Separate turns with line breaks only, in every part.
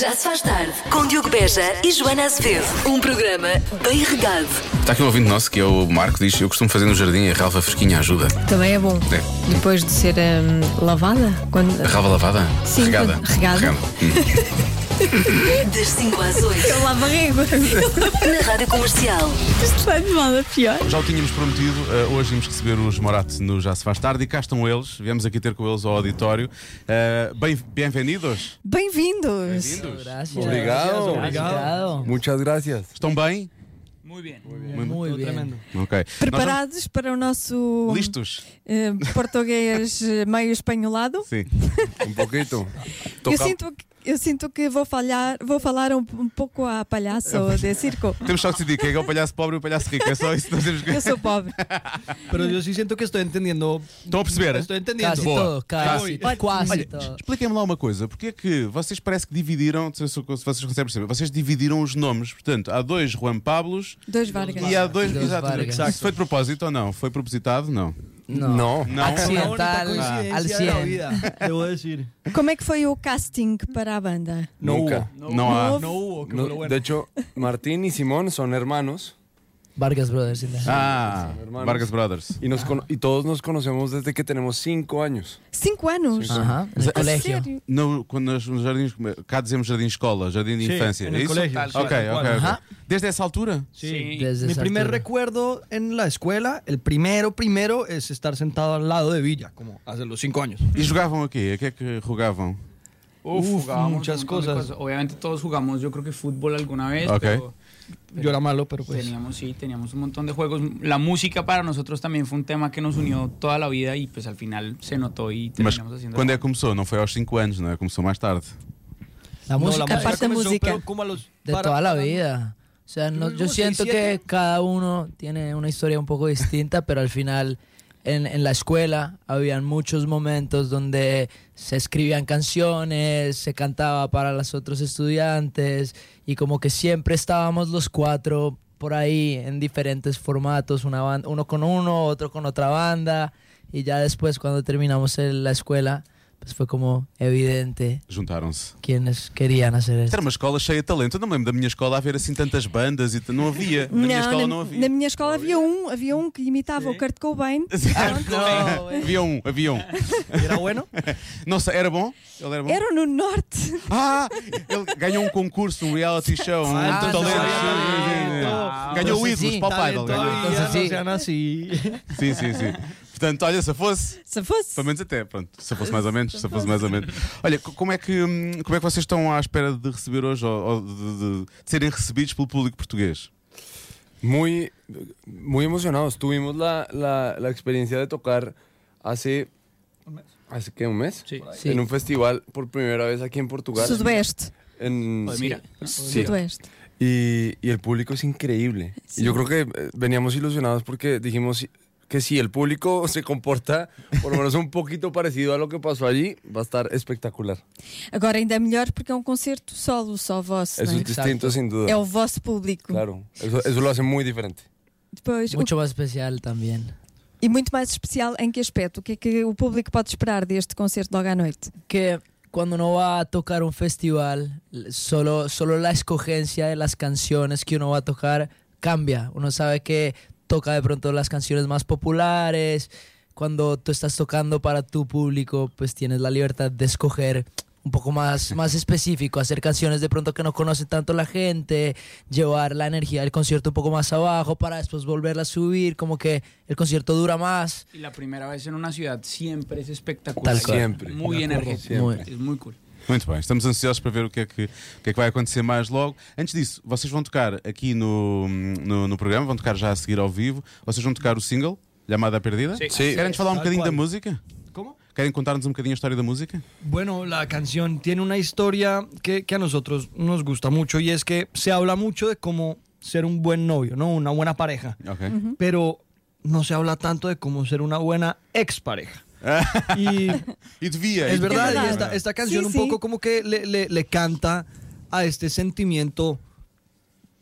Já se faz tarde com Diogo Beja e Joana Azevedo. Um programa bem regado.
Está aqui um ouvinte nosso que é o Marco, diz: Eu costumo fazer no jardim a ralva fresquinha ajuda.
Também é bom.
É.
Depois de ser hum, lavada? Quando...
A ralva lavada?
Sim,
regada.
quando- regada.
Hum.
Das 5 às 8
Eu lavo a régua.
na Rádio Comercial.
Isto vai de mal a pior.
Já o tínhamos prometido, eh, hoje vamos receber os Morato no Já Se Faz Tarde e cá estão eles, viemos aqui ter com eles ao auditório. Eh, bem, bem-vindos!
Bem-vindos.
Bem-vindos!
Obrigado. Muchas gracias.
Estão bem?
Muy bien.
Muy
Todo Tremendo.
Ok. Nós
Preparados para o nosso
vamos- Listos?
eh, português eh, meio espanholado?
Sim. Um
Un poquito.
Eu sinto, que- eu sinto que vou, falhar, vou falar um, um pouco a palhaço de circo.
Temos só que decidir quem é que é o palhaço pobre e o palhaço rico. É só isso que nós temos que.
Eu sou pobre.
Pero yo sí siento que estoy entendiendo.
Estão a perceber?
Estoy entendiendo.
Casi
Boa.
todo, casi,
Olha,
quase
olha,
todo.
Expliquem-me lá uma coisa, porque é que vocês parece que dividiram, não sei se vocês conseguem perceber, vocês dividiram os nomes, portanto, há dois Juan Pablos
Dois Vargas.
e há dois.
Dois
Exato.
Vargas.
Isso foi de propósito ou não? Foi propositado? Não.
No.
Não.
Accidental al 100.
Te voy a decir.
Como é que foi o casting para a banda?
Nunca.
Não, há.
Não
No hubo, que
No,
fue lo bueno.
de hecho, Martín y Simón son hermanos
Vargas Brothers. in the house.
Ah,
hermanos.
Vargas Brothers.
y, nos cono- y todos nos conocemos desde que tenemos cinco años.
Cinco anos.
Pues, Ajá, en el
é
colegio.
Sério?
No, quando nós, nos jardins, cá dizemos jardim de escola, jardim de
Sim,
infância,
no
é isso?
colégio.
Ok, ok. ok.
Aham.
Desde essa altura?
Sí.
Desde
Mi
esa
primer
altura.
recuerdo en la escuela, el primero, primero, es estar sentado al lado de Villa, como hace los cinco años.
E jogavam aqui? O que é que rogavam?
Uf,
jugábamos
muchas
un montón de
cosas.
Obviamente todos jugamos, yo creo que fútbol alguna vez,
Ok.
pero
Yo era malo, pero pues.
teníamos sí, teníamos un montón de juegos. La música para nosotros también fue un tema que nos unió toda la vida y pues al final se notó y
Pues,
Mas
terminamos haciendo.
quando é que começou? Não foi aos 5 anos, não é? Começou mais tarde.
La
No,
música
música. Aparte música.
pero como a los-
de
para-
toda la vida. O sea, no- yo
Luego,
siento que
17.
cada uno tiene una historia un poco distinta, pero al final en, en la escuela habían muchos momentos donde se escribían canciones, se cantaba para los otros estudiantes y como que siempre estábamos los cuatro por ahí en diferentes formatos, una ban- uno con uno, otro con otra banda y ya después cuando terminamos el- la escuela, pues fue como evidente
Juntaram-se.
quienes querían hacer esto.
Era uma escola cheia de talento. Eu não me lembro da minha escola haver assim tantas bandas e t- não havia. Na minha escola
na,
não havia.
na minha escola havia um, havia um que imitava o Kurt Cobain. Ah,
No, güey.
Havia um, havia um.
¿Y era bueno?
Nossa, era bom? Ele
Tá
era bom?
Era no norte.
Ah! Ele ganhou um concurso, um reality show, um
Ah,
talento.
não.
show.
Ah,
Ganhou o
então
ídolos,
sim, sim.
Pop Idol.
Talento
ganhou.
y ya
Entonces,
no
sí.
sean así.
Sim, sim, sim. Portanto, olha, se fosse.
Se fosse.
Pelo menos até, pronto. Se fosse mais ou menos, se fosse mais ou menos. Olha, co- como é que, hum, como é que vocês estão à espera de receber hoje ou, ou de, de- de serem recebidos pelo público português?
Muy, muy emocionados. Tuvimos la, la- la experiencia de tocar hace... ¿Hace qué? ¿Un mes?
Sí.
Sí.
En un festival por primera vez aquí en Portugal.
Sudoeste.
En,
Mira,
Sudoeste.
Y, y el público es increíble.
Sí.
Y yo creo que eh, veníamos ilusionados porque dijimos que si el público se comporta por lo menos un poquito parecido a lo que pasó allí, va a estar espectacular.
Agora ainda é melhor porque é um concerto solo, só vosso.
Eso
não é?
es distinto sin duda.
É o vosso público.
Claro, eso, eso lo hace muy diferente.
Depois, o-
Mucho más especial también.
E muito mais especial em que aspecto? O que é que o público pode esperar deste concerto logo à noite?
Que cuando uno va a tocar un festival, l- solo, solo la escogencia de las canciones que uno va a tocar cambia. Uno sabe que toca de pronto las canciones más populares. Cuando tú estás tocando para tu público, pues tienes la libertad de escoger un poco más, más específico, hacer canciones de pronto que no conoce tanto la gente, llevar la energía del concierto un poco más abajo para después volverla a subir, como que el concierto dura más.
y la primera vez en una ciudad siempre es espectacular.
Tal cual.
Siempre.
Muy
De acuerdo,
energético.
siempre.
Es muy cool.
Muito bem, estamos ansiosos para ver o que, é que, o que é que vai acontecer mais logo. Antes disso, vocês vão tocar aqui no, no, no programa, vão tocar já a seguir ao vivo. Vocês vão tocar o single, Llamada Perdida?
Sí.
Querem-nos falar um
Tal
bocadinho
qual.
da música?
¿Cómo?
Querem contar-nos um bocadinho a história da música?
Bueno, la canción tiene una historia que, que a nosotros nos gusta mucho y es que se habla mucho de cómo ser un buen novio, ¿no? Una buena pareja.
Ok.
Pero no se habla tanto de cómo ser una buena expareja. y
E devia.
es
e devia.
verdad, y esta, esta canción
Sí,
un
sí.
poco como que le, le- le canta a este sentimiento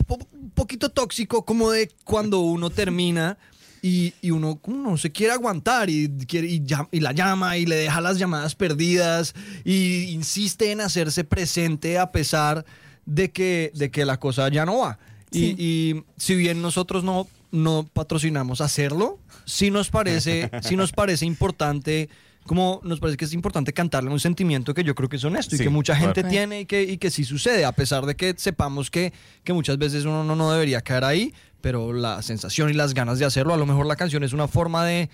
po- un poquito tóxico, como de cuando uno termina y, y uno como no se quiere aguantar y, quiere, y, llam- y la llama y le deja las llamadas perdidas y insiste en hacerse presente a pesar de que, de que la cosa ya no va. Y,
Sí.
y si bien nosotros no, no patrocinamos hacerlo, sí nos parece, sí nos parece importante, como nos parece que es importante cantarle un sentimiento que yo creo que es honesto
Sí,
y que mucha
claro.
gente tiene y que, y que sí sucede, a pesar de que sepamos que, que muchas veces uno no, no debería caer ahí, pero la sensación y las ganas de hacerlo, a lo mejor la canción es una forma de,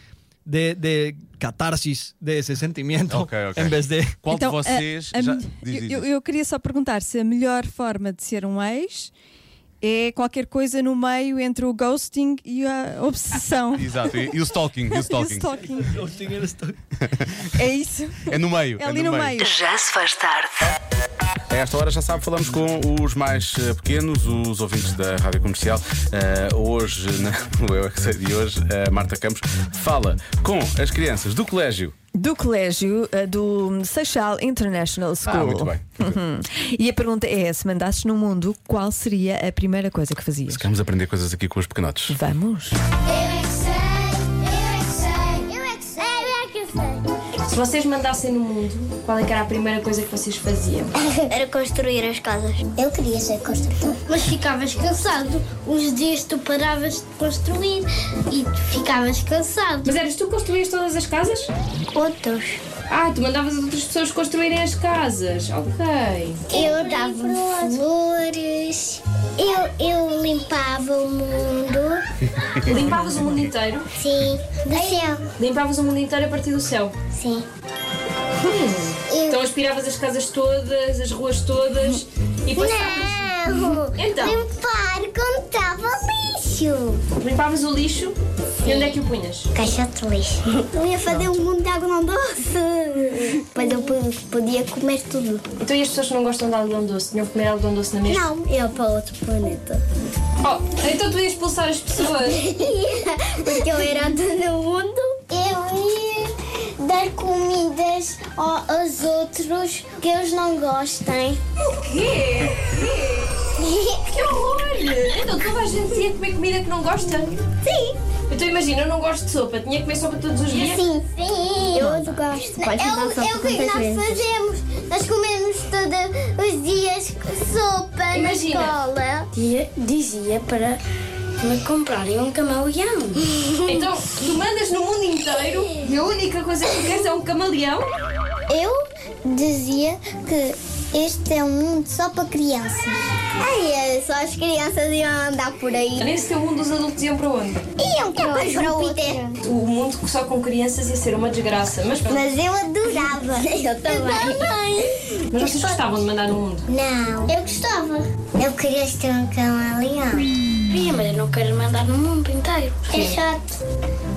de, de catarsis de esse sentimento,
Ok, ok.
em vez de...
Qual
Então,
de
a-
eh,
vocês.
em,
a
já-
mi-
diz,
eu-
diz,
eu,
diz.
eu queria só perguntar se a melhor forma de ser um ex é qualquer coisa no meio entre o ghosting e a obsessão.
Exato, e, e o stalking, e o
E o
stalking.
stalking. É isso.
É no meio.
É ali no meio.
Já se faz tarde.
A esta hora, já sabe, falamos com os mais eh, pequenos, os ouvintes da Rádio Comercial. Eh, hoje, na, no Eu É Que Sei de hoje, a Marta Campos fala com as crianças do colégio.
Do colégio eh, do Seixal International School.
Ah, muito bem.
Uhum. E a pergunta é: se mandasses no mundo, qual seria a primeira coisa que fazias?
Vamos aprender coisas aqui com os pequenotes.
Vamos.
é
Se vocês mandassem no mundo, qual é que era a primeira coisa que vocês faziam?
Era construir as casas. Eu queria ser construtor. Mas ficavas cansado. Os dias tu paravas de construir e tu ficavas cansado.
Mas eras tu que construías todas as casas?
Outros.
Ah, tu mandavas as outras pessoas construírem as casas. Ok.
Eu dava flores. Eu, eu limpava o mundo.
Limpavas o mundo inteiro?
Sim. Do céu.
Limpavas o mundo inteiro a partir do céu.
Sim.
Então aspiravas as casas todas, as ruas todas e passavas.
Não.
Então?
Limpar contava lixo.
Limpavas o lixo e onde é que o punhas?
Caixa de lixo. Eu ia fazer um mundo de algodão doce. Mas eu podia comer tudo.
Então e as pessoas que não gostam de algodão doce? Tinham que comer algodão doce na mesa?
Não, eu para outro planeta.
Oh, então tu ias expulsar as pessoas.
Porque eu era do mundo. Eu ia dar comidas ao- aos outros que eles não gostem.
O quê? Que horror! Então toda a gente ia comer comida que não gosta?
Sim.
Então imagina, eu não gosto de sopa, tinha que comer sopa todos os dias.
Sim, sim. Eu gosto.
Pode
é o
dar sopa
é o que
quantas
nós
vezes?
fazemos. Nós comemos todos os dias sopa
Imagina.
na escola. dizia para me comprarem um camaleão.
Então, tu mandas no mundo inteiro e a única coisa que tu queres é um camaleão?
Eu dizia que este é um mundo só para crianças. Ai, é, só as crianças iam andar por aí.
Nesse teu mundo os adultos iam para onde?
Iam para Júpiter.
O mundo só com crianças ia ser uma desgraça, mas pronto.
Mas eu adorava. Eu também.
Mas vocês gostavam de mandar no mundo?
Não. Eu gostava. Eu queria ter um camaleão. Sim, mas eu não quero mandar no mundo inteiro. É chato.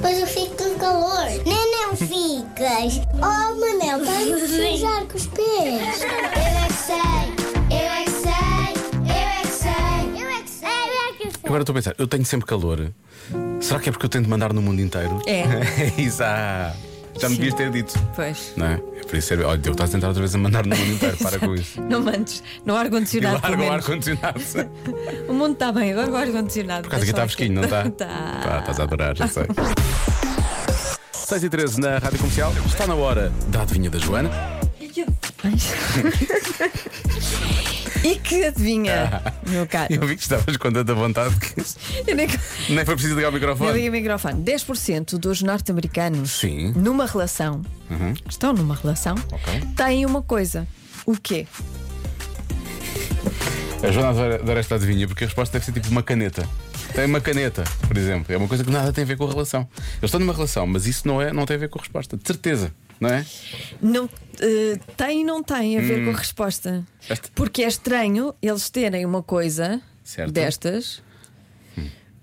Pois eu fico com calor. Não, não ficas. Oh, Manel, vai-me sujar com os pés. Eu é que sei. Eu é que sei. Eu é que sei. Eu é que sei. Eu é que sei.
Agora estou a pensar, eu tenho sempre calor. Será que é porque eu tento mandar no mundo inteiro? É. Exato. Já me devias ter dito.
Pois.
Não é? É por isso. é- Olha, Diogo, estás a tentar outra vez a mandar no mundo inteiro. Para com isso.
Não mandes. Não há
E
ar-condicionado.
larga
pelo
o
menos.
ar-condicionado. Por
O mundo está bem, agora o ar-condicionado.
causa que está
Deixa
fresquinho, não está?
Tá.
Tá, estás a adorar, já sei. 6 e 13 na Rádio Comercial. Está na hora da adivinha da Joana.
E que adivinha, meu caro.
Ah. Eu vi que estavas com tanta vontade que
Eu nem-
nem foi preciso ligar
Eu
o
liguei
microfone.
o microfone. 10% dos norte-americanos
Sim.
numa relação,
Uhum.
estão numa relação, têm uma coisa. O quê?
A Joana adora adora esta adivinha porque a resposta deve ser tipo uma caneta. Tem uma caneta, por exemplo. É uma coisa que nada tem a ver com a relação. Eu estou numa relação, mas isso não, é, não tem a ver com a resposta. De certeza, não é?
Não, eh, tem e não tem a
Hum.
ver com a resposta.
Esta-
Porque é estranho eles terem uma coisa
Certo.
destas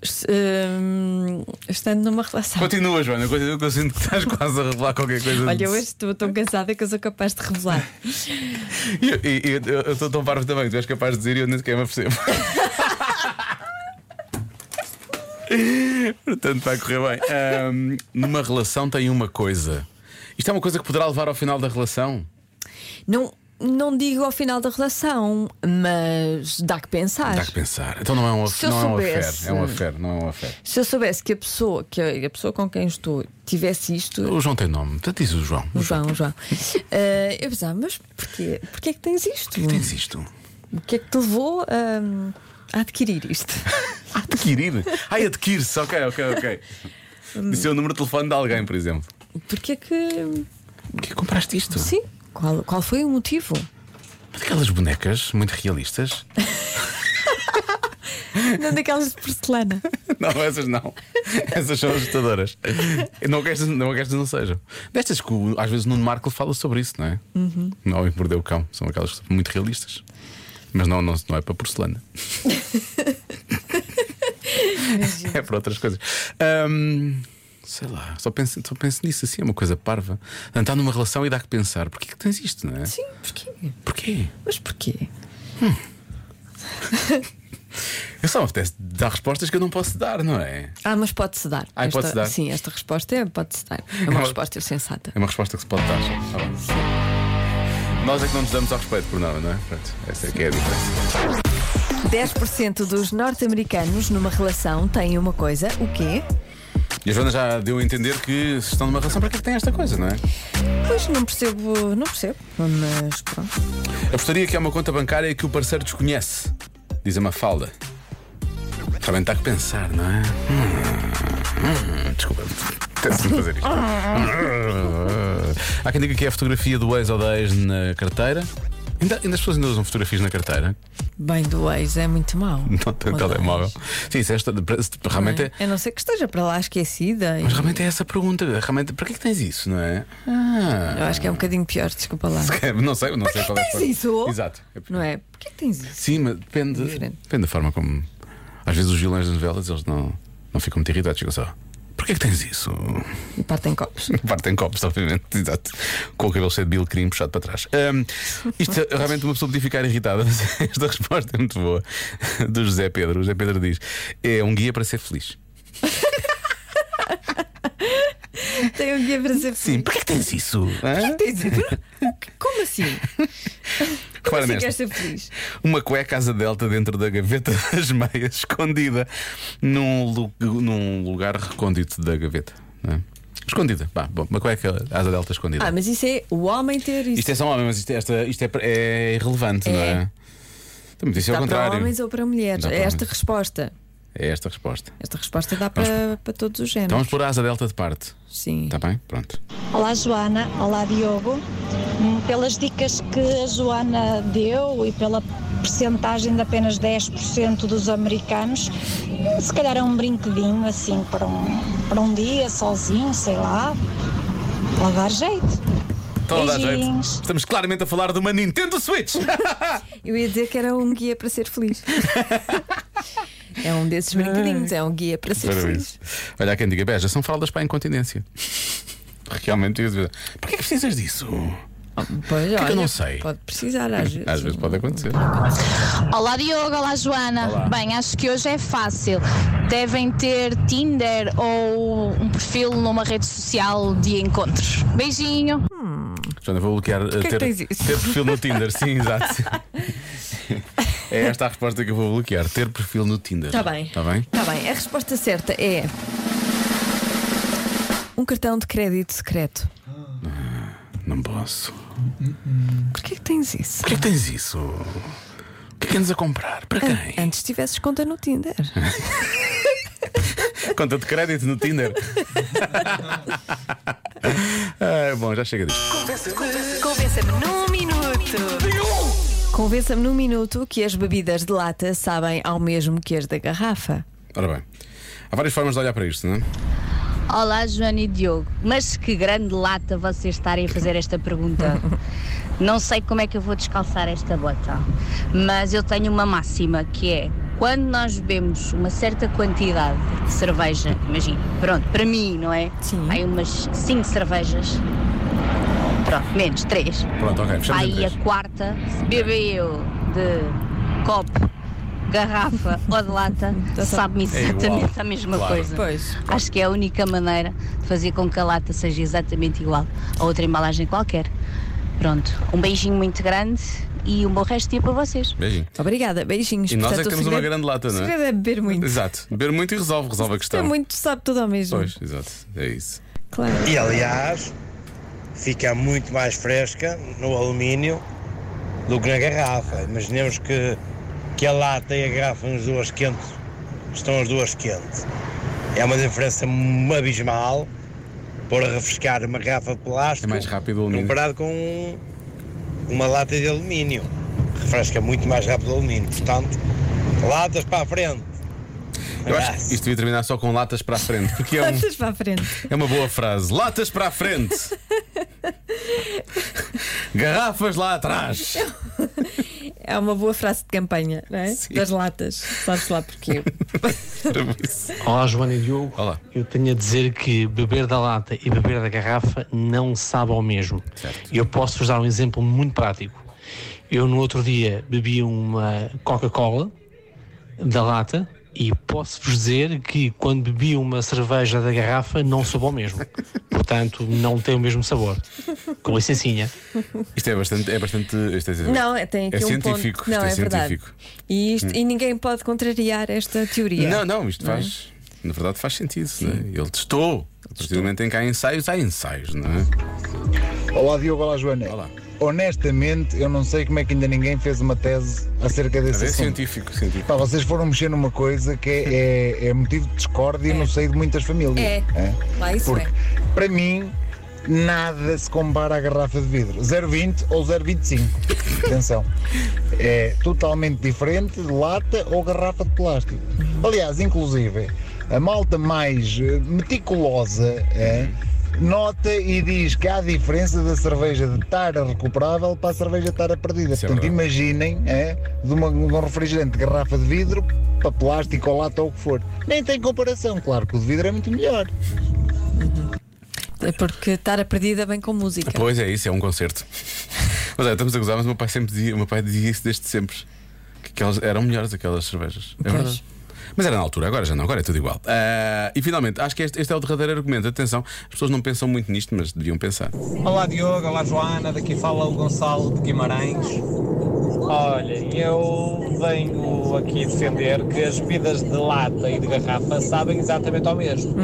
es- ehm, estando numa relação.
Continua, Joana. Continua que eu sinto que estás quase a revelar qualquer coisa.
Olha, hoje estou tão cansada que eu sou capaz de revelar.
E eu- e- e eu eu estou tão parvo também que tu és capaz de dizer e eu nem sequer me percebo. Portanto, vai correr bem. Ahm, numa relação tem uma coisa. Isto é uma coisa que poderá levar ao final da relação?
Não, Não digo ao final da relação, mas dá que pensar.
Dá que pensar. Então não é um
Se
affair.
eu
Não é um affair.
soubesse-
É um affair. Não é um affair.
Se eu soubesse que a pessoa, que a, a pessoa com quem estou tivesse isto.
O João tem nome. Tu diz o João.
O João, o João. Eh, eu pensava, mas porquê, porquê é que tens isto?
Porquê que tens isto?
O que é que te levou hum, a adquirir isto?
Adquirir. Ai, adquire-se. Ok, ok, ok.
Hum.
Disse o número de telefone de alguém, por exemplo.
Porquê é que.
que compraste isto?
Sim. Qual, qual foi o motivo?
Aquelas bonecas muito realistas.
Não daquelas de porcelana.
Não, essas não. Essas são assustadoras. Não que estas não, que estas não sejam. Destas que o- às vezes o Nuno Marco fala sobre isso, não é?
Uhum.
Não, e mordeu o cão. São aquelas muito realistas. Mas não, não, não é para porcelana. é para outras coisas. Ahm, sei lá, só penso, só penso nisso assim, é uma coisa parva. Andar numa relação e dá que pensar. Porquê que tens isto, não é?
Sim, porquê?
Porquê? Hum.
Mas porquê?
Eu só me apetece dar respostas que eu não posso dar, não é?
Ah, mas pode-se dar.
Ai,
Esta-
pode-se dar.
Sim, esta resposta é pode-se dar. É uma resposta sensata.
É uma resposta que se pode dar. Tá bem. Nós é que não nos damos ao respeito por nada, não é? Pronto, essa é que é a diferença.
10% dos norte-americanos numa relação têm uma coisa, o quê?
E a Joana já deu a entender que se estão numa relação, para que é que tem esta coisa, não é?
Pois não percebo, não percebo, mas pronto.
Apostaria que é uma conta bancária que o parceiro desconhece, diz a Mafalda. Realmente dá que pensar, não é? Hum, hum, desculpa, tento fazer isto. Há quem diga que é a fotografia do ex ou da ex na carteira. Ainda, ainda as pessoas ainda usam fotografias na carteira,
Bem do ex é muito mau.
não tem
Ou da
telemóvel. Sim, isso é, esta- realmente é,
A não ser que esteja para lá esquecida.
Mas realmente é essa a pergunta. Realmente, para que é que tens isso, não é? Ah.
Eu acho que é um bocadinho pior, desculpa lá.
Se calhar- Não sei, não sei qual é a
tens
forma.
isso?
Exato. É-
Não é? Porquê que tens isso?
Sim, mas depende,
Diferente.
depende da forma como. Às vezes os vilões das novelas eles não, não ficam muito irritados, ficam só. Porquê é que tens isso?
E partem copos.
Partem copos, obviamente, exato. Com o cabelo cheio de Bill Cream puxado para trás. Ahm, isto é- realmente uma pessoa podia ficar irritada, mas esta resposta é muito boa. Do José Pedro. O José Pedro diz: é um guia para ser feliz.
Tem um guia para ser
Sim, porquê é que tens isso? Hã?
Tens isso? Como assim? Como
Repara
assim
nesta.
queres ser feliz?
Uma cueca asa delta dentro da gaveta das meias, escondida num, lu- num lugar recôndito da gaveta. não é? Escondida, pá, bom, uma cueca asa delta escondida.
Ah, mas isso é o homem ter isso.
Isto é só homem, mas isto, é- esta, isto é, é irrelevante,
É.
não é? Também disse ao
Dá para
é contrário.
homens ou para mulheres?
Dá
É
para
esta resposta.
É esta a resposta.
Esta resposta dá para, para todos os
Então
géneros.
vamos pôr a asa delta de parte.
Sim.
Está bem? Pronto.
Olá Joana, olá Diogo. Hum, Pelas dicas que a Joana deu e pela percentagem de apenas 10% dos americanos, hum, se calhar é um brinquedinho assim para um, para um dia sozinho, sei lá. Pode dar jeito.
Então dá jeito.
Beijinhos.
Estamos claramente a falar de uma Nintendo Switch.
Eu ia dizer que era um guia para ser feliz. é um desses brinquedinhos, é um guia para ser
Para
feliz.
isso. Olha, há quem diga, Beja, são fraldas para a incontinência. Realmente, eu digo, porquê que precisas disso?
Ah, Pois,
que é que
olha,
eu não sei?
Pode precisar às vezes.
Às vezes pode acontecer.
Olá Diogo, olá Joana.
Olá.
Bem, acho que hoje é fácil. Devem ter Tinder ou um perfil numa rede social de encontros. Beijinho.
Joana, vou bloquear uh,
que é que
ter,
tens isso?
ter perfil no Tinder. Sim, exato. É esta a resposta que eu vou bloquear. Ter perfil no Tinder.
Tá bem.
Está bem?
Está bem, a resposta certa é. Um cartão de crédito secreto.
Não posso.
Porquê que tens isso?
Porquê que tens isso? O que é que andas a comprar? Para quem?
Antes tivesses conta no Tinder.
Conta de crédito no Tinder. Ah, bom, já chega disso.
Convença-me num minuto.
Convença-me num minuto que as bebidas de lata sabem ao mesmo que as da garrafa.
Ora bem. Há várias formas de olhar para isto, não é?
Olá, Joana e Diogo. Mas que grande lata vocês estarem a fazer esta pergunta. Não sei como é que eu vou descalçar esta bota, mas eu tenho uma máxima que é quando nós bebemos uma certa quantidade de cerveja, imagina, pronto, para mim, não é? Sim. Aí umas 5 cervejas. Pronto, menos 3.
Pronto, ok. Fechamos em
Aí a
três.
quarta, se beber eu de copo, garrafa ou de lata,
Então
sabe-me
É igual,
exatamente a mesma
claro.
coisa.
Pois,
Acho que é a única maneira de fazer com que a lata seja exatamente igual a outra embalagem qualquer.
Pronto, um beijinho muito grande e um bom resto de dia para vocês.
Beijinho.
Obrigada, beijinhos.
E nós é que
Portanto, o
temos uma
segredo-
grande lata, não
O
é?
segredo é beber muito.
Exato. Beber muito e resolve, resolve a questão.
Beber muito, sabe tudo ao mesmo.
Pois, exato. É isso.
Claro.
E aliás, fica muito mais fresca no alumínio do que na garrafa. Imaginemos que, que a lata e a garrafa nas duas quentes estão as duas quentes. É uma diferença abismal para refrescar uma garrafa de plástico
É mais rápido o alumínio.
comparado com um, uma lata de alumínio. Refresca muito mais rápido o alumínio. Portanto, latas para a frente.
Eu acho que isto devia terminar só com latas para a frente, porque é, um-
Latas para a frente.
é uma boa frase. Latas para a frente. Garrafas lá atrás.
É uma boa frase de campanha, não é? Das latas. Sabe-se lá porquê.
Olá, Joana e Diogo.
Olá.
Eu tenho a dizer que beber da lata e beber da garrafa não sabe ao mesmo. E eu posso vos dar um exemplo muito prático. Eu, no outro dia, bebi uma Coca-Cola da lata e posso-vos dizer que quando bebi uma cerveja da garrafa não soube ao mesmo. Portanto, não tem o mesmo sabor. Com licencinha.
Isto é bastante. É bastante isto é,
Não, é- tem aqui
é
um
científico.
ponto. Não,
isto é,
é verdade.
científico.
E, isto-
Hum.
e ninguém pode contrariar esta teoria.
Não, não, isto
é?
faz. Na verdade faz sentido. Não é? Ele testou. A partir do momento em que há ensaios, há ensaios, não é?
Olá Diogo, olá Joana. Honestamente, eu não sei como é que ainda ninguém fez uma tese acerca
É
desse assunto.
científico, científico.
Pá, vocês foram mexer numa coisa que é, é- é motivo de discórdia no seio de muitas famílias.
É. Lá isso
Porque, para mim, nada se compara à garrafa de vidro. 0,20 ou 0,25. Atenção. É totalmente diferente de lata ou garrafa de plástico. Aliás, inclusive, a malta mais eh, meticulosa é, nota e diz que há diferença da cerveja de tara recuperável para a cerveja de tara perdida. Portanto, imaginem é, de, uma- de um refrigerante de garrafa de vidro para plástico ou lata ou o que for. Nem tem comparação, claro que o de vidro é muito melhor.
É porque estar a perdida bem com música.
Pois é, isso é um concerto. Mas olha, estamos a gozar, mas o meu pai sempre dizia, o meu pai dizia isso desde sempre. Que aquelas eram melhores aquelas cervejas. É
Pois.
verdade. Mas era na altura, agora já não, agora é tudo igual. Ah, e finalmente, acho que este, este é o derradeiro argumento. Atenção, as pessoas não pensam muito nisto, mas deviam pensar.
Olá Diogo, olá Joana, daqui fala o Gonçalo de Guimarães. Olha, eu venho aqui defender que as bebidas de lata e de garrafa sabem exatamente ao mesmo.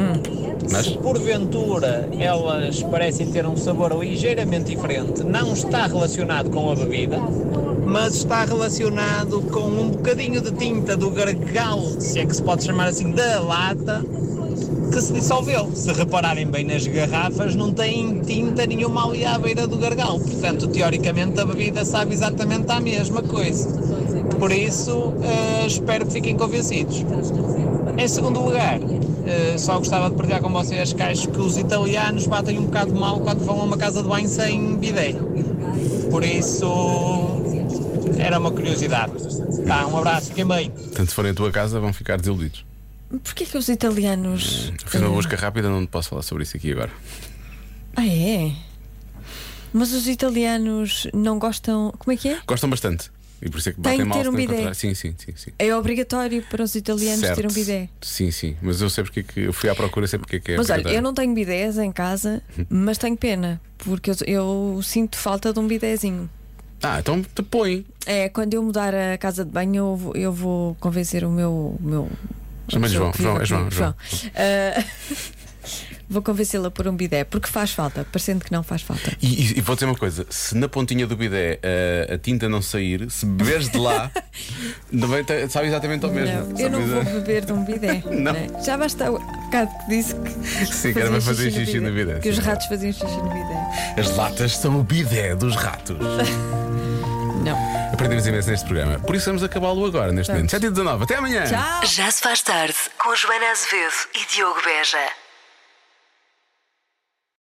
Mas?
Se porventura elas parecem ter um sabor ligeiramente diferente, não está relacionado com a bebida, mas está relacionado com um bocadinho de tinta do gargalo, se é que se pode chamar assim, da lata, que se dissolveu. Se repararem bem nas garrafas, não tem tinta nenhuma ali à beira do gargalo. Portanto, teoricamente, a bebida sabe exatamente a mesma coisa. Por isso, eh, espero que fiquem convencidos. Em segundo lugar, eh, só gostava de partilhar com vocês que acho que os italianos batem um bocado mal quando vão a uma casa de banho sem bidé. Por isso, era uma curiosidade. Tá, um abraço, fiquem bem.
Portanto, se forem à tua casa, vão ficar desiludidos.
Porquê que os italianos.
Fiz uma busca rápida, não posso falar sobre isso aqui agora.
Ah, é? Mas os italianos não gostam. Como é que é?
Gostam bastante. E por isso é que
Tem
batem
que
mal
ter
se
um
não
bidé.
encontrar. Sim, sim, sim. sim.
É obrigatório para os italianos
Certo.
ter um bidé.
Sim, sim. Mas eu sei porque é que eu fui à procura, sei porque é Uhum. que é.
mas olha,
verdade.
eu não tenho bidés em casa, mas tenho pena, porque eu, eu sinto falta de um bidézinho.
Ah, então te põe.
É, quando eu mudar a casa de banho, eu vou, eu vou convencer o meu. o meu
Chama-lhe
a pessoa
João,
que vive
João, é João,
comigo,
João.
Ah, vou convencê-la por um bidé, porque faz falta, parecendo que não faz falta.
E, e- e vou dizer uma coisa: se na pontinha do bidé eh, a, tinta não sair, se beberes de lá, não vai ter- sabe exatamente ao mesmo.
Não, eu
Sabe
não vou
exa-
beber de um bidé.
Não.
né? Já basta o bocado que disse que.
Sim, que era para fazer xixi no bidé,
Que
sim.
os ratos faziam xixi no bidé.
As latas são o bidé dos ratos.
Não.
Aprendemos imenso neste programa. Por isso vamos acabá-lo agora, neste momento. 7h19. Até amanhã!
Já se faz tarde com Joana Azevedo e Diogo Beja.